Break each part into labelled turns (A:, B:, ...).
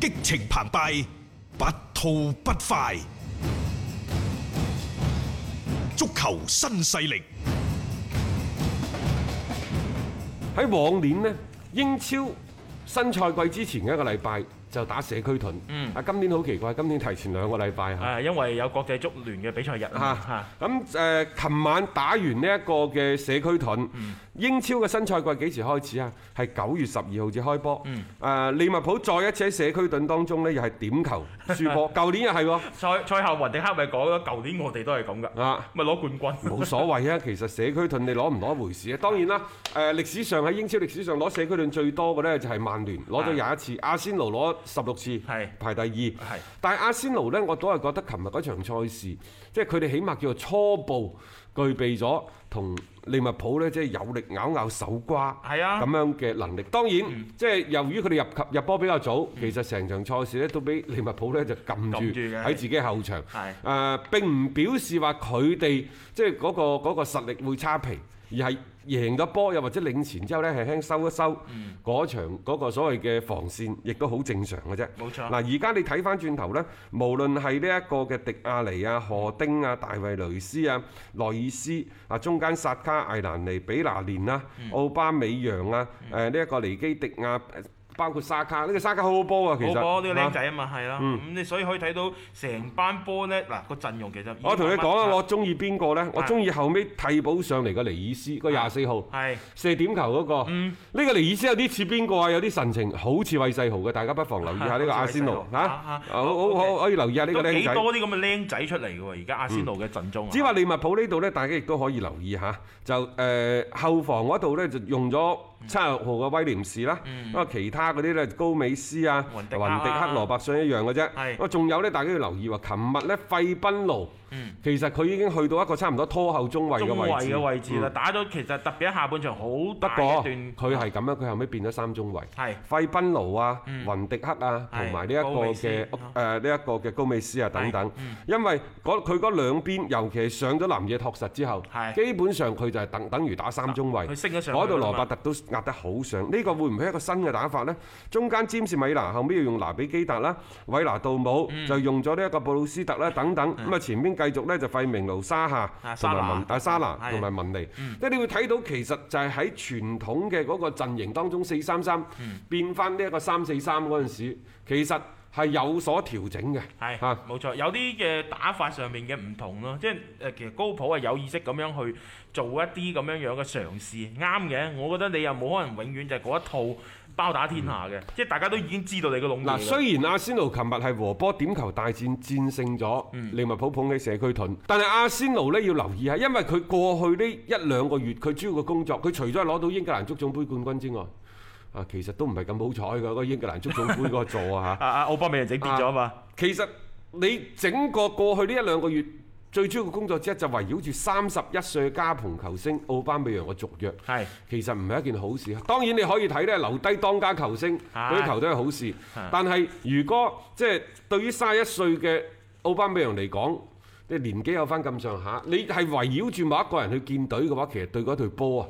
A: 激情澎湃，不吐不快。足球新勢力，
B: 喺往年呢，英超新賽季之前嘅一個禮拜就打社區盾。
C: 嗯
B: 啊，今年好奇怪，今年提前兩個禮拜嚇。
C: 啊，因為有國際足聯嘅比賽日啊
B: 嚇，咁誒，琴晚打完呢一個嘅社區盾，
C: 嗯
B: 英超嘅新賽季幾時開始啊？係九月十二號至開波
C: 嗯。
B: 誒，利物浦再一次喺社區盾當中呢，又係點球輸 波。舊年又係喎。
C: 賽賽後雲迪克咪講咗，舊年我哋都係咁噶，
B: 啊
C: 咪攞冠軍。
B: 冇所謂啊，其實社區盾你攞唔攞回事啊？當然啦，誒、歷史上喺英超歷史上攞社區盾最多嘅呢，就係曼聯攞咗廿一次，阿仙奴攞十六次，
C: 係
B: 排第二
C: 係。
B: 但係阿仙奴呢，我都係覺得琴日嗰場賽事，即係佢哋起碼叫做初步具備咗同利物浦呢，即係有力咬咬手瓜。
C: 係啊嗯
B: 咁樣嘅能力，當然即係由於佢哋入及入波比較早，其實成場賽事咧都俾利物浦咧就撳住
C: 撳住嘅
B: 喺自己後場。
C: 係
B: 誒並唔表示話佢哋即係嗰個嗰個實力會差皮，而係贏咗波又或者領前之後呢，輕輕收一收
C: 嗯
B: 嗰場嗰個所謂嘅防線，亦都好正常嘅啫。
C: 冇錯
B: 嗱，而家你睇翻轉頭呢，無論係呢一個嘅迪亞尼啊、何丁啊、大衛雷斯啊、內爾斯啊，中間薩卡、艾蘭尼、比拿連啊、
C: 嗯
B: 奧巴美揚啊、誒呢一個尼基迪亞，包括沙卡，呢個沙卡好好波啊，其實。
C: 好波呢個
B: 啊
C: 僆仔啊嘛，係啦，咁你所以可以睇到成班波呢，嗱個陣容其實已經
B: 我同你講
C: 慢
B: 啦，
C: 慢
B: 我中意邊個
C: 啊
B: 呢？我中意後尾替補上嚟個尼爾斯，個廿四號
C: 係
B: 射點球嗰個。
C: 嗯
B: 呢個尼爾斯有啲似邊個啊？有啲神情好似韋世豪嘅，大家不妨留意下呢個阿仙奴
C: 啊
B: 嚇，
C: 啊
B: 好好好可以留意下呢個
C: 都
B: 僆
C: 幾
B: 仔。
C: 多啲咁嘅僆仔出嚟嘅喎，而家阿仙奴嘅陣中啊，
B: 只話利物浦呢度呢，大家亦都可以留意下，就誒、呃、後防嗰度呢，就用咗
C: 嗯
B: 七十六號嘅威廉士啦，咁啊、其他嗰啲呢，高美斯啊、
C: 雲
B: 雲
C: 迪
B: 迪
C: 克啊
B: 克、羅伯遜一樣嘅
C: 係
B: 啫。咁啊仲有呢，大家要留意喎，琴日呢，費賓奴，其實佢已經去到一個差唔多拖後中位
C: 中
B: 嘅
C: 衞
B: 位置。嗯
C: 嘅位置啦，打咗其實特別喺下半場好
B: 不
C: 大一
B: 過
C: 段，
B: 佢係咁樣，佢後尾變咗三中衞，
C: 係
B: 費賓奴啊、雲迪克啊，
C: 嗯係
B: 同埋呢一個
C: 高美斯
B: 嘅誒
C: 啊
B: 呢
C: 嗯
B: 一個嘅高美斯啊等等。因為嗰佢嗰兩邊，尤其係上咗南野拓實之後
C: 係，
B: 基本上佢就係等等於打三中
C: 佢
B: 衞。
C: 升咗上去
B: 嗰度
C: 啦
B: 羅伯
C: 嘛
B: 特都壓得好上，呢個會唔會係一個新嘅打法呢？中間詹士米拿後尾要用拿比基達啦，韋拿杜姆
C: 嗯
B: 就用咗呢一個布魯斯特啦等等。咁啊前邊繼續呢，就費明奴沙夏
C: 啊
B: 同
C: 沙拿
B: 埋文啊沙拿
C: 係嗯
B: 同埋。文尼，即係你會睇到其實就係喺傳統嘅嗰個陣型當中，四三三
C: 嗯
B: 變翻呢一個三四三嗰陣時，其實係有所調整嘅。啊
C: 係
B: 嚇
C: 冇錯，有啲嘅打法上面嘅唔同咯，即係誒其實高普係有意識咁樣去做一啲咁樣樣嘅嘗試，啱嘅。我覺得你又冇可能永遠就係嗰一套包打天下嘅，即係大家都已經知道你個籠
B: 嗯嗱，
C: 嘢啦。
B: 雖然阿仙奴琴日係和波點球大戰戰勝咗利物浦捧起社區盾，但係阿仙奴呢要留意下，因為佢過去呢一兩個月佢主要嘅工作，佢除咗係攞到英格蘭足總杯冠軍之外，啊其實都唔係咁好彩㗎，嗰個英格蘭足總杯嗰個座 啊嚇。
C: 啊啊，奧巴美人整跌咗啊嘛，
B: 其實你整個過去呢一兩個月，最主要嘅工作之一就圍繞住三十一歲嘅加蓬球星奧巴美揚嘅續約。
C: 係
B: 其實唔係一件好事。當然你可以睇咧，留低當家球星
C: 係
B: 對啲球隊係好事
C: 係。
B: 但係如果即係對於三十一歲嘅奧巴美揚嚟講，你年紀有翻咁上下，你係圍繞住某一個人去建隊嘅話，其實對嗰隊波啊，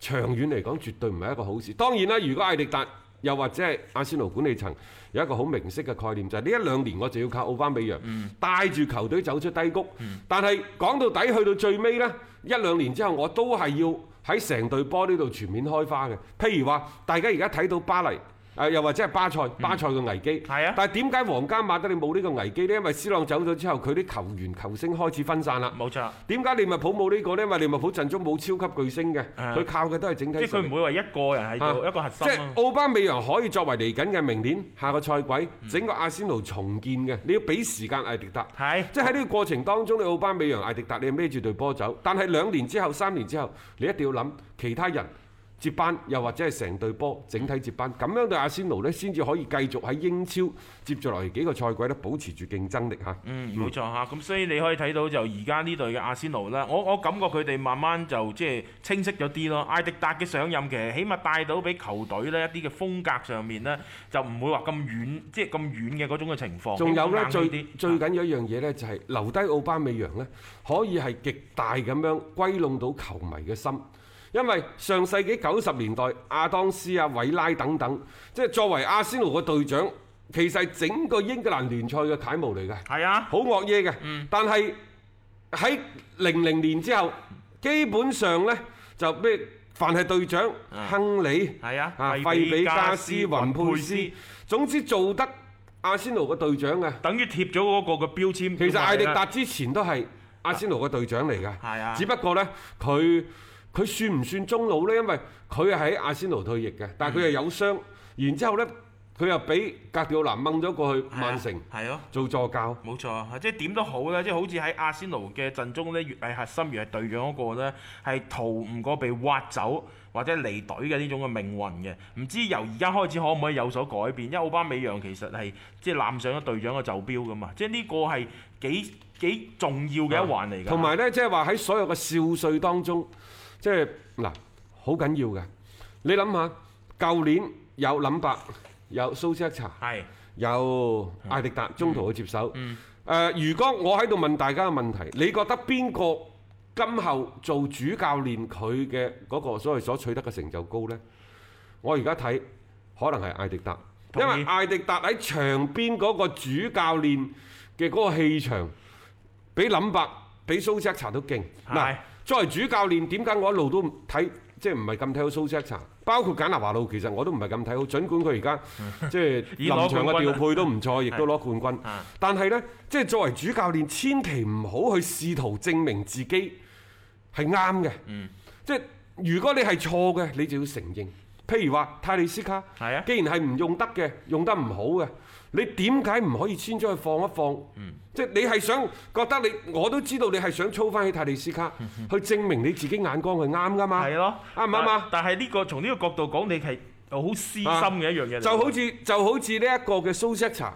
B: 長遠嚟講絕對唔係一個好事。當然啦，如果艾迪達又或者係阿仙奴管理層有一個好明晰嘅概念，就係、呢一兩年我就要靠奧巴美揚
C: 嗯
B: 帶住球隊走出低谷。但係講到底，去到最尾呢，一兩年之後，我都係要喺成隊波呢度全面開花嘅。譬如話，大家而家睇到巴黎。誒又或者係巴塞，巴塞嘅危機。
C: 嗯係啊
B: 但係點解皇家馬德里冇呢個危機呢？因為斯朗走咗之後，佢啲球員球星開始分散啦。
C: 冇錯，
B: 點解利物浦冇呢個呢？因為利物浦陣中冇超級巨星嘅，
C: 啊
B: 佢靠嘅都係整體
C: 即係
B: 實力
C: 佢唔會話一個人喺
B: 啊
C: 度一個核心
B: 即
C: 啊
B: 係。奧巴美揚可以作為嚟緊嘅明年下個賽季整個阿仙奴重建嘅，你要俾時間艾迪達。
C: 係
B: 即係喺呢個過程當中，你奧巴美揚、艾迪達，你係孭住隊波走。但係兩年之後、三年之後，你一定要諗其他人接班，又或者係成隊波整體接班，咁樣對阿仙奴呢，先至可以繼續喺英超接住落嚟幾個賽季咧保持住競爭力嚇。
C: 嗯，冇錯嚇，咁所以你可以睇到就而家呢隊嘅阿仙奴啦，我我感覺佢哋慢慢就即係清晰咗啲咯。艾迪達嘅上任其實起碼帶到俾球隊呢一啲嘅風格上面呢，就唔會話咁遠，即係咁遠嘅嗰種嘅情況。
B: 仲有
C: 起碼
B: 呢，
C: 硬
B: 最
C: 啲啊
B: 最緊要一樣嘢呢，就係留低奧巴美揚呢，可以係極大咁樣歸弄到球迷嘅心。因為上世紀九十年代，亞當斯啊、韋拉等等，即係作為阿仙奴嘅隊長，其實係整個英格蘭聯賽嘅楷模嚟嘅，
C: 係啊，
B: 好惡嘢嘅。但係喺零零年之後，基本上呢，就咩？凡係隊長，亨利
C: 係啊
B: 啊，
C: 費
B: 費
C: 比
B: 比
C: 加
B: 加
C: 斯
B: 斯、雲
C: 雲佩
B: 佩
C: 斯
B: 斯，總之做得阿仙奴嘅隊長嘅。
C: 等於貼咗嗰個嘅標籤。
B: 其實艾迪達之前都係阿仙奴嘅隊長嚟嘅，
C: 係啊
B: 只不過呢，佢佢算唔算中老呢？因為佢係喺阿仙奴退役嘅，但係佢又
C: 嗯
B: 有傷，然之後呢，佢又俾格調南掹咗過去
C: 係啊
B: 曼城
C: 係咯。
B: 做助教。
C: 冇錯，即係點都好啦，即係好似喺阿仙奴嘅陣中咧，越係核心越係隊長嗰個咧，係逃唔過被挖走或者離隊嘅呢種嘅命運嘅。唔知由而家開始可唔可以有所改變？因為奧巴美揚其實係即係攬上咗啊隊長嘅袖標噶嘛，即係呢個係幾幾重要嘅一環嚟㗎。
B: 嗯同埋呢，即係話喺所有嘅少帥當中，即係嗱，好緊要嘅。你諗下，舊年有林伯，有蘇斯克查。
C: 係
B: 有艾迪達中途去接手。誒、如果我喺度問大家嘅問題，你覺得邊個今後做主教練佢嘅嗰個所謂所取得嘅成就高呢？我而家睇可能係艾迪達，
C: 同
B: 因
C: 意
B: 為艾迪達喺場邊嗰個主教練嘅嗰個氣場，比林伯、比蘇斯克查都勁。嗱
C: 係，
B: 作為主教練，點解我一路都唔睇？即係唔係咁睇好蘇斯克查，包括簡拿華路，其實我都唔係咁睇好。儘管佢而家即 係
C: 已經攞
B: 臨場
C: 冠
B: 嘅
C: 軍
B: 調
C: 啦
B: 配都唔錯，亦都攞冠軍
C: 啊。
B: 但係呢，即係作為主教練，千祈唔好去試圖證明自己係啱嘅。
C: 嗯
B: 即係如果你係錯嘅，你就要承認。譬如話泰利斯卡，
C: 係啊
B: 既然係唔用得嘅，用得唔好嘅，你點解唔可以遷咗去放一放？
C: 嗯
B: 即係你係想覺得你，我都知道你係想操翻起泰利斯卡，去證明你自己眼光係啱噶嘛？
C: 嗯係咯，
B: 啱唔啱啊？
C: 但但係呢個從呢個角度講，你係好私心嘅一樣嘢嚟㗎。
B: 就好似就好似呢一個嘅蘇斯查，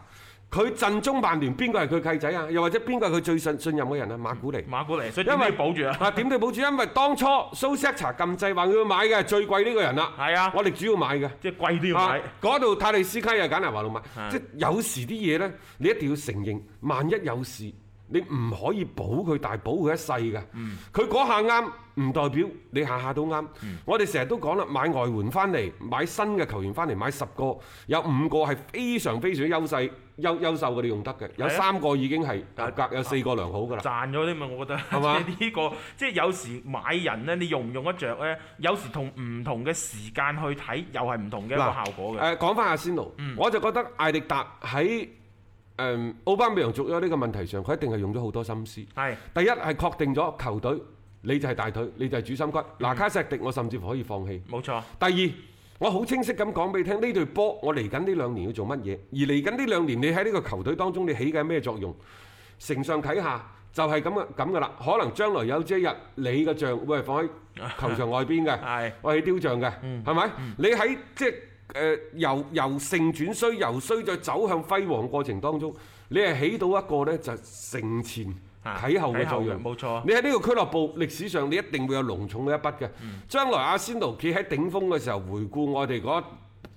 B: 佢陣中曼聯邊個係佢契仔啊？又或者邊個係佢最信信任嘅人啊？馬古尼。
C: 馬古尼，所以
B: 因
C: 嗯點都
B: 為
C: 要保住啊。
B: 啊，點對保住？因為當初蘇斯查禁制話要買嘅最貴呢個人啦，
C: 係啊
B: 我哋主要買嘅。
C: 即係貴都要
B: 啊
C: 買。！
B: 嗰度泰利斯卡又簡拿華路買
C: 係，
B: 即係有時啲嘢呢，你一定要承認，萬一有事，你唔可以保佢大保佢一世㗎。
C: 嗯
B: 佢嗰下啱，唔代表你下下都啱。我哋成日都講啦，買外援翻嚟，買新嘅球員翻嚟，買十個有五個係非常非常優勢優優秀嘅，你用得嘅，有
C: 係啊啊
B: 三個已經係合格，有四個良好㗎啦。
C: 賺咗啲嘛，我覺得
B: 啊係嘛
C: 即係呢個即係有時買人咧，你用唔用得着咧？有時同唔同嘅時間去睇，又係唔同嘅一個
B: 嗱啊
C: 效果嘅。
B: 誒講翻阿仙奴，
C: 嗯
B: 我就覺得艾迪達喺誒奧巴美揚續約呢個問題上，佢一定係用咗好多心思。
C: 係
B: 第一係確定咗球隊，你就係大腿，你就係主心骨。嗱，卡石迪我甚至乎可以放棄。
C: 冇錯，
B: 第二，我好清晰咁講俾你聽，呢隊波我嚟緊呢兩年要做乜嘢，而嚟緊呢兩年你喺呢個球隊當中你起嘅咩作用？承上啟下就係咁嘅咁噶啦。可能將來有朝一日你嘅像會係放喺 球場外邊嘅。
C: 係
B: 我係雕嗯像嘅，係咪？你喺即係誒由由盛轉衰，由衰再走向輝煌過程當中，你係起到一個呢就承前
C: 啊
B: 啟後嘅作用。
C: 冇錯。
B: 你喺呢個俱樂部歷史上，你一定會有隆重嘅一筆嘅。
C: 嗯
B: 將來阿仙奴企喺頂峰嘅時候，回顧我哋嗰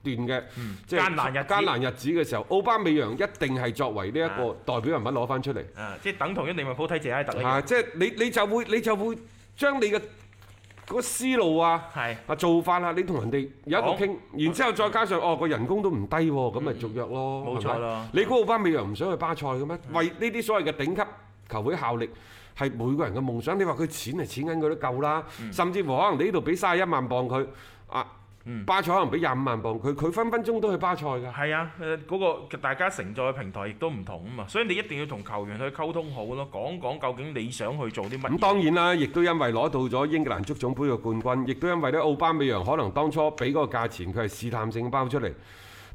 B: 一段嘅即係
C: 嗯艱難日子
B: 艱難日子嘅時候，奧巴美揚一定係作為呢一個代表人物攞翻出嚟。
C: 啊，即係等同於利物浦睇謝拉特一樣。
B: 啊，即係你你就會你就會將你嘅嗰個思路啊。
C: 係
B: 啊做法啦，你同人哋有一個傾，然之後再加上哦個人工都唔低喎，咁咪續約咯，
C: 嗯冇
B: 係咪
C: 錯啦
B: 你估奧巴美揚唔想去巴塞嘅咩？為呢啲所謂嘅頂級球會效力。係每個人嘅夢想，你話佢錢係錢緊，佢都夠啦。
C: 嗯
B: 甚至乎可能你呢度俾三十一萬磅佢，啊，
C: 嗯
B: 巴塞可能俾廿五萬磅佢，佢分分鐘都去巴塞㗎。
C: 係啊，誒嗰個大家承載嘅平台亦都唔同啊嘛，所以你一定要同球員去溝通好咯，講講究竟你想去做啲乜
B: 咁
C: 嘢。
B: 當然啦，亦都因為攞到咗英格蘭足總杯嘅冠軍，亦都因為咧奧巴美揚可能當初俾嗰個價錢，佢係試探性包出嚟，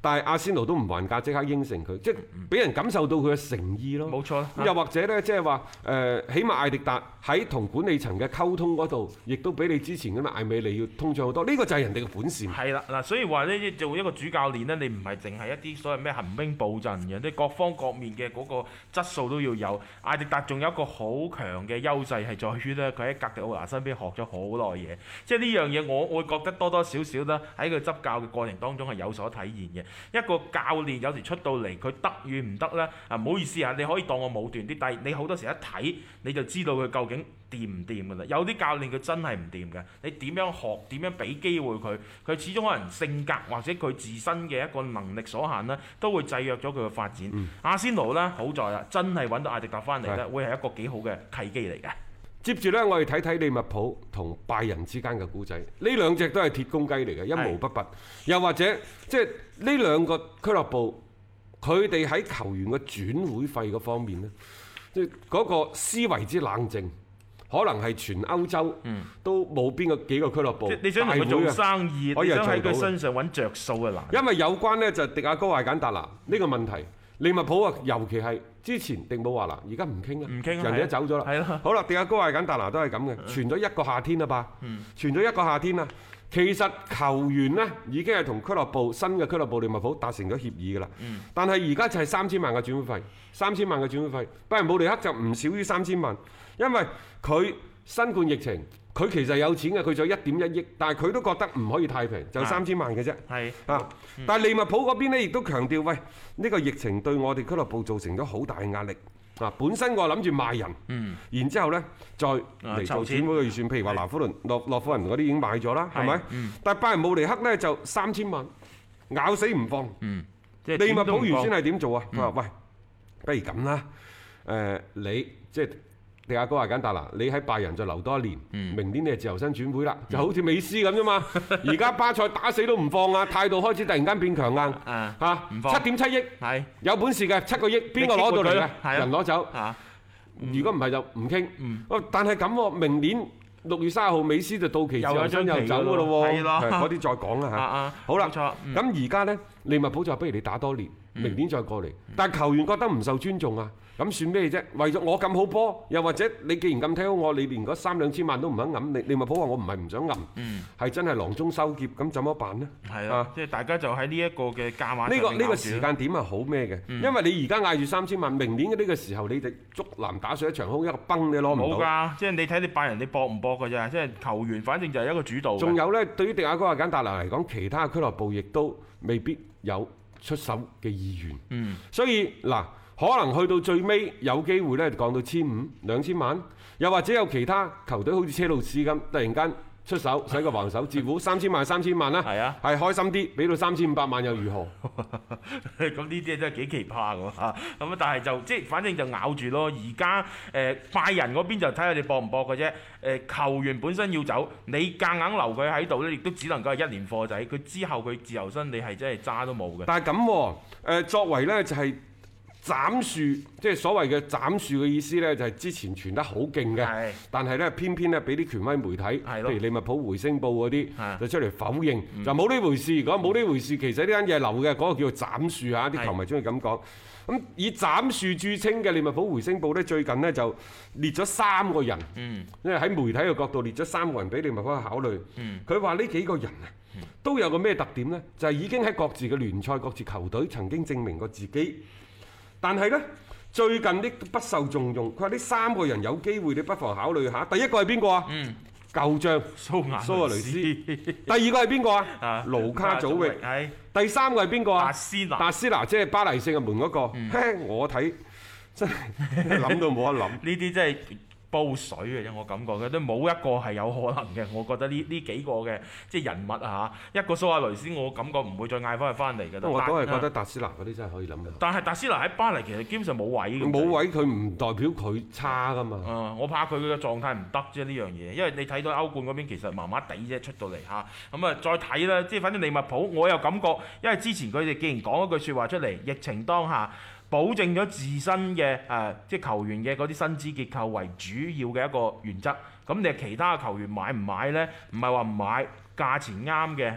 B: 但係阿仙奴都唔還價，即刻應承佢，即係俾人感受到佢嘅誠意咯。
C: 冇錯啦啊
B: 咁又或者呢，即係話誒，起碼艾迪達喺同管理層嘅溝通嗰度，亦都比你之前咁嘅艾美利要通暢好多。呢個就係人哋嘅本事。
C: 係啦，嗱，所以話呢，做一個主教練呢，你唔係淨係一啲所謂咩行兵布陣嘅，即係各方各面嘅嗰個質素都要有。艾迪達仲有一個好強嘅優勢係在於呢，佢喺格迪奧拿啊身邊學咗好耐嘢，即係呢樣嘢我會覺得多多少少呢，喺佢執教嘅過程當中係有所體現嘅。一個教練有時出到嚟，佢得與唔得呢？啊，唔好意思啊，你可以當我武斷啲，但係你好多時一睇你就知道佢究竟掂唔掂噶啦。有啲教練佢真係唔掂嘅，你點樣學，點樣俾機會佢，佢始終可能性格或者佢自身嘅一個能力所限呢，都會制約咗佢嘅發展。阿仙奴呢，好在啦，真係揾到艾迪達翻嚟呢，會係一個幾好嘅契機嚟嘅。
B: 接住呢，我哋睇睇利物浦同拜仁之間嘅故仔。呢兩隻都係鐵公雞嚟嘅，一毛不拔。又或者即係呢兩個俱樂部，佢哋喺球員嘅轉會費嗰方面呢，即係嗰個思維之冷靜，可能係全歐洲都冇邊個幾個俱樂部
C: 嗯即係你想同佢
B: 大會啊
C: 做生意，
B: 可以
C: 你
B: 係
C: 想喺
B: 做到
C: 佢
B: 嘅
C: 身上揾着數嘅難。
B: 因為有關呢，就迪亞高艾簡達拿呢個問題，利物浦啊，尤其係之前迪姆華拿，而家唔傾啦，
C: 唔傾啦
B: 人哋都走咗
C: 係啊啦
B: 啦。好啦，迪亞高艾簡達拿都係咁嘅，傳咗一個夏天啦吧，傳咗一個夏天啦。其實球員呢已經係同俱樂部新嘅俱樂部利物浦達成咗協議㗎啦，但係而家就係三千萬嘅轉會費，三千萬嘅轉會費，拜仁慕尼黑就唔少於三千萬，因為佢新冠疫情，佢其實有錢嘅，佢就一點一億，但係佢都覺得唔可以太平，就
C: 啊
B: 三千萬嘅啫。
C: 係
B: 啊！
C: 嗯
B: 但係利物浦嗰邊呢，亦都強調，喂，呢、個疫情對我哋俱樂部造成咗好大嘅壓力。啊，本身我諗住賣人，然之後呢，再嚟
C: 嗯啊籌
B: 做
C: 錢
B: 轉會嘅預算，譬如話拿夫倫、洛洛夫倫嗰啲已經買咗啦，係咪
C: 係？嗯
B: 但係拜仁慕尼黑呢，就三千萬，咬死唔放。
C: 即係
B: 利物
C: 點都唔嗯
B: 浦原先
C: 放
B: 係點做啊？佢話：喂，不如咁啦，誒，你即係迪亞哥話簡單啦，你喺拜仁就留多一年，
C: 嗯
B: 明年你係自由身轉會啦，就好似美斯咁啫 嘛。而家巴塞打死都唔放啊，態度開始突然間變強硬
C: 啊
B: 嚇
C: 唔，放
B: 七點七億
C: 係
B: 有本事嘅七個億，邊個攞到
C: 你激活佢
B: 嚟
C: 啦
B: 嘅？
C: 係啊嗯
B: 人攞走。
C: 啊。
B: 如果唔係就唔傾。哦，但係咁喎，明年六月三號美斯就到期自
C: 又有
B: 由身
C: 張
B: 又
C: 期
B: 走噶
C: 㗎
B: 咯
C: 咯
B: 喎，
C: 係啦
B: 係嗰啲再講啦
C: 啊
B: 嚇
C: 啊。
B: 好啦
C: 冇錯，嗯
B: 咁而家呢，利物浦就話不如你打多年，明年再過嚟。但係球員覺得唔受尊重啊，咁算咩啫？為咗我咁好波，又或者你既然咁睇好我，你連嗰三兩千萬都唔肯揞，你利物浦話我唔係唔想揞，
C: 嗯
B: 係真係囊中羞澀，咁怎麼辦呢？
C: 係啊，即係大家就喺呢一個嘅價碼
B: 呢個
C: 上
B: 呢
C: 面
B: 個
C: 咬住嗯
B: 時
C: 啦
B: 間點係好咩嘅？因為你而家嗌住三千萬，明年嘅呢個時候你就竹籃打水一場空，一個崩你攞
C: 冇
B: 唔到。
C: 㗎，即係你睇你拜仁你搏唔搏㗎咋，即係球員反正就係一個主導嘅。
B: 仲有呢，對於迪亞哥阿簡達拿嚟講，其他俱樂部亦都未必有出手嘅意願。嗯，所以嗱，可能去到最尾有機會呢，降到千五兩千萬，又或者有其他球隊好似車路士咁，突然間出手使個橫手截胡三千萬三千萬啦，
C: 係啊
B: 係開心啲，俾到三千五百萬又如何？
C: 咁呢啲真係幾奇葩㗎嚇。咁啊，但係就即係反正就咬住咯。而家誒拜仁嗰邊就睇下你搏唔搏嘅啫。誒、呃球員本身要走，你夾硬留佢喺度咧，亦都只能夠係一年貨仔。佢之後佢自由身，你係真係渣都冇嘅。
B: 但係咁喎，誒作為呢就係斬樹，即係所謂嘅斬樹嘅意思呢，就係之前傳得好勁
C: 係
B: 嘅，但係呢，偏偏呢俾啲權威媒體，
C: 係
B: 譬
C: 咯
B: 如利物浦回聲報嗰
C: 係嗯
B: 啲，就出嚟否認，就冇呢回事。如果冇呢回事，其實呢間嘢係流嘅，嗰個叫做斬樹嚇，
C: 係
B: 啲球迷中意咁講。咁以斬樹著稱嘅利物浦回聲報呢，最近呢就列咗三個人，因為喺媒體嘅角度列咗三個人俾利物浦去考慮。佢話呢幾個人啊，都有個咩特點呢？就係、已經喺各自嘅聯賽、各自球隊曾經證明過自己，但係呢，最近呢不受重用。佢話呢三個人有機會，你不妨考慮下。第一個係邊個啊？舊將
C: 蘇亞
B: 蘇亞雷斯。啊第二個係邊個啊？盧卡祖域。
C: 係
B: 第三個係邊個啊？
C: 達斯拿
B: 達嗯斯拿即係巴黎聖日門嗰、個。我睇真係 諗到冇得諗。
C: 呢啲真係煲水嘅啫，我感覺嘅都冇一個係有可能嘅。我覺得呢呢幾個嘅即係人物啊嚇，一個蘇亞雷斯，我感覺唔會再嗌翻佢翻嚟嘅。
B: 我都係覺得啊
C: 但，
B: 達斯拿嗰啲真係可以諗下。
C: 但係達斯拿喺巴黎其實基本上冇位嘅。
B: 冇。位佢唔代表佢差噶嘛。
C: 啊！我怕佢嘅狀態唔得啫呢樣嘢，因為你睇到歐冠嗰邊其實麻麻地啫出到嚟嚇，咁啊再睇啦，即係反正利物浦我又感覺，因為之前佢哋既然講一句説話出嚟，疫情當下。保證咗自身嘅誒、呃即係球員嘅嗰啲薪資結構為主要嘅一個原則。咁你其他嘅球員買唔買呢？唔係話唔買，價錢啱嘅，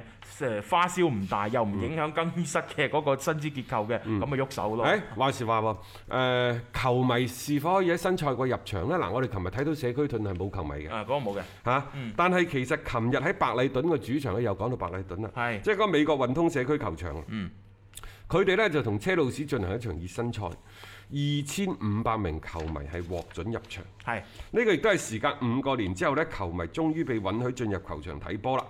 C: 誒、花銷唔大，又唔影響更衣室嘅嗰個薪資結構嘅，咁咪喐手咯。
B: 誒話時話喎，誒、球迷是否可以喺新賽季入場呢？嗱，我哋琴日睇到社區盾係冇球迷嘅
C: 啊，嗰、個冇嘅，
B: 嚇，但係其實琴日喺白禮頓嘅主場咧，又講到白禮頓啦，啊
C: 係
B: 即係嗰個啊美國運通社區球場。佢哋呢就同車路士進行一場熱身賽，二千五百名球迷係獲准入場。
C: 係
B: 呢個亦都係時隔五個年之後呢球迷終於被允許進入球場睇波啦。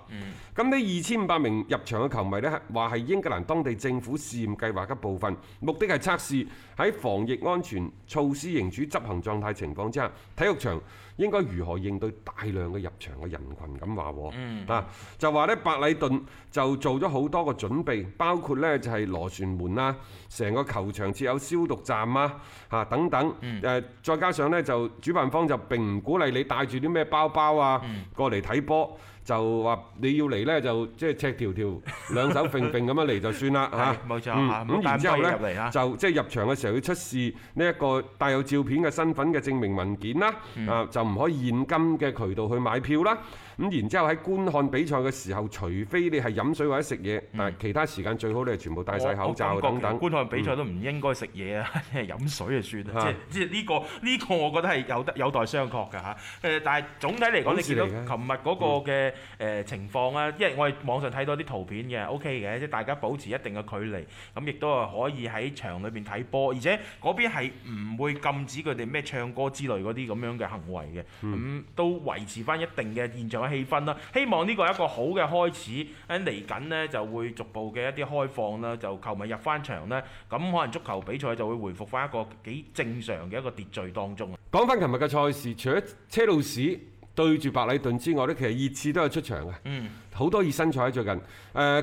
B: 咁呢二千五百名入場嘅球迷呢，話係英格蘭當地政府試驗計劃嘅部分，目的係測試喺防疫安全措施仍處執行狀態情況之下，體育場應該如何應對大量嘅入場嘅人群咁話喎。啊，就話呢，白禮頓就做咗好多個準備，包括呢就係螺旋門啦，成個球場設有消毒站啊，嚇等等。誒，再加上呢，就主辦方就並唔鼓勵你帶住啲咩包包啊過嚟睇波。就話你要嚟呢，就即係赤條條兩手揈揈咁樣嚟就算啦
C: 係
B: 嚇。
C: 冇啊錯
B: 嗯
C: 嚇唔好
B: 咁
C: 帶
B: 然之後
C: 咁多嘢入嚟嚇
B: 呢，就即係入場嘅時候要出示呢一個帶有照片嘅身份嘅證明文件啦，
C: 嗯
B: 啊就唔可以現金嘅渠道去買票啦。咁然之後喺觀看比賽嘅時候，除非你係飲水或者食嘢，但係其他時間最好你係全部戴晒口罩
C: 嗯我我感
B: 等等。嗯
C: 覺其實觀看比賽都唔應該食嘢啊， 即係飲水就算啦
B: 啊。
C: 即係即係呢個呢個，我覺得係有得有待商榷㗎嚇。誒，但係總體嚟講，你見到
B: 好事嚟嘅
C: 琴日嗰個嘅誒情況啊，因為我哋網上睇到啲圖片嘅，OK 嘅，即係大家保持一定嘅距離，咁亦都係可以喺場裏邊睇波，而且嗰邊係唔會禁止佢哋咩唱歌之類嗰啲咁樣嘅行為嘅，咁都維持翻一定嘅現場嘅氣氛啦。希望呢個係一個好嘅開始，喺嚟緊呢就會逐步嘅一啲開放啦，就球迷入翻場呢，咁可能足球比賽就會回復翻一個幾正常嘅一個秩序當中啊。
B: 講翻琴日嘅賽事，除咗車路士對住白禮頓之外呢其實熱刺都有出場嘅。
C: 嗯，
B: 好多熱身賽喺最近，誒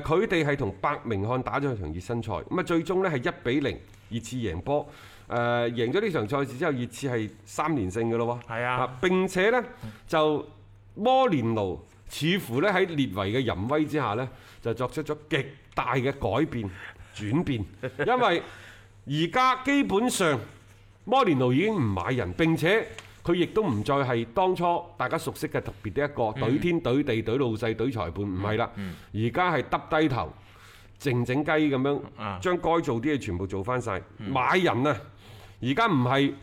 B: 佢哋係同伯明翰打咗一場熱身賽，咁啊最終呢係一比零熱刺贏波，誒、贏咗呢場賽事之後，熱刺係三連勝嘅咯喎，
C: 係啊，
B: 並且呢，就摩連奴似乎呢喺列維嘅淫威之下呢，就作出咗極大嘅改變轉變，因為而家基本上摩連奴已經唔買人，並且。佢亦都唔再係當初大家熟悉嘅特別的一個懟天懟地懟老細懟裁判，唔係啦，而家係耷低頭靜靜雞咁
C: 啊
B: 樣，將該做啲嘢全部做翻晒。買人啊，而家唔係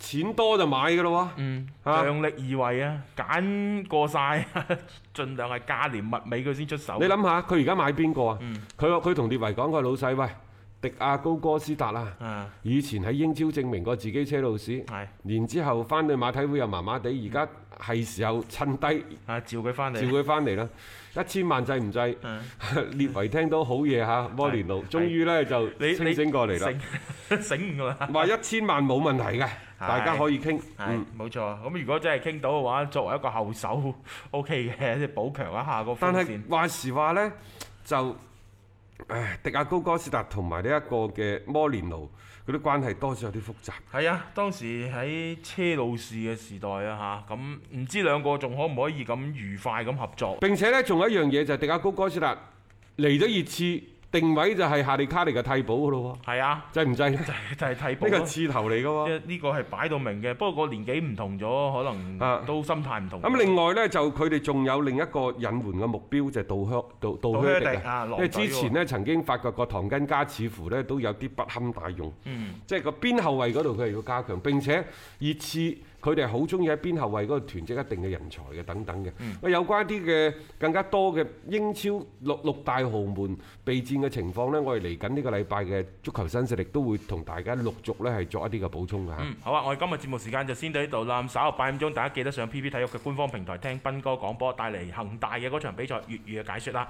B: 錢多就買嘅咯喎，
C: 嗯，
B: 啊
C: 量力而為啊，揀過晒，啊 盡量係價廉物美佢先出手。
B: 你諗下，佢而家買邊個啊？
C: 嗯
B: 佢話佢同列維講個老細喂，迪亞高哥斯達啊，
C: 啊，
B: 以前喺英超證明過自己車路士，
C: 係
B: 然之後翻去馬體會又麻麻地，而家係時候趁低。
C: 啊，召佢翻嚟啊
B: 召。佢翻嚟啦！一千萬制唔制？ 列維聽到好嘢嚇，摩連奴終於呢就
C: 你
B: 清醒過嚟啦，
C: 啦，醒 醒㗎啦，
B: 話一千萬冇問題嘅，大家可以傾。嗯
C: 係冇錯。咁如果真係傾到嘅話，作為一個後手，OK 嘅，即係補強一下個
B: 但
C: 風
B: 係
C: 線。
B: 話時話呢，就唉，迪亞高哥斯達同埋呢一個嘅摩連奴，佢啲關係多少有啲複雜。
C: 係啊，當時喺車路士嘅時代啊吓，咁唔知兩個仲可唔可以咁愉快咁合作？
B: 並且呢，仲有一樣嘢就係迪亞高哥斯達嚟咗熱刺，定位就係夏利卡尼嘅替補噶咯
C: 係啊，
B: 喎，制唔制呢？
C: 就係就係替補
B: 呢個
C: 咯
B: 刺頭嚟噶喎
C: 即。係呢個係擺到明嘅，不過個年紀唔同咗，可
B: 啊
C: 能都心態唔同。
B: 咁另外呢，就佢哋仲有另一個隱瞞嘅目標就係杜靴杜杜靴迪
C: 杜靴迪啊
B: 啊，因為
C: 狼隊
B: 之
C: 喎
B: 前呢曾經發覺個唐根家似乎呢都有啲不堪大用，
C: 嗯
B: 即係個邊後衞嗰度佢係要加強，並且熱刺佢哋係好中意喺邊後衞嗰度囤積一定嘅人才嘅等等嘅。
C: 嗯
B: 喂有關啲嘅更加多嘅英超六六大豪門備戰嘅情況呢，我哋嚟緊呢個禮拜嘅足球新勢力都會同大家陸續呢係作一啲嘅補充㗎嚇。
C: 嗯，好啊！我哋今日節目時間就先到呢度啦。咁稍後八點鐘，大家記得上 PP 體育嘅官方平台聽斌哥廣播帶嚟恒大嘅嗰場比賽粵語嘅解説啦。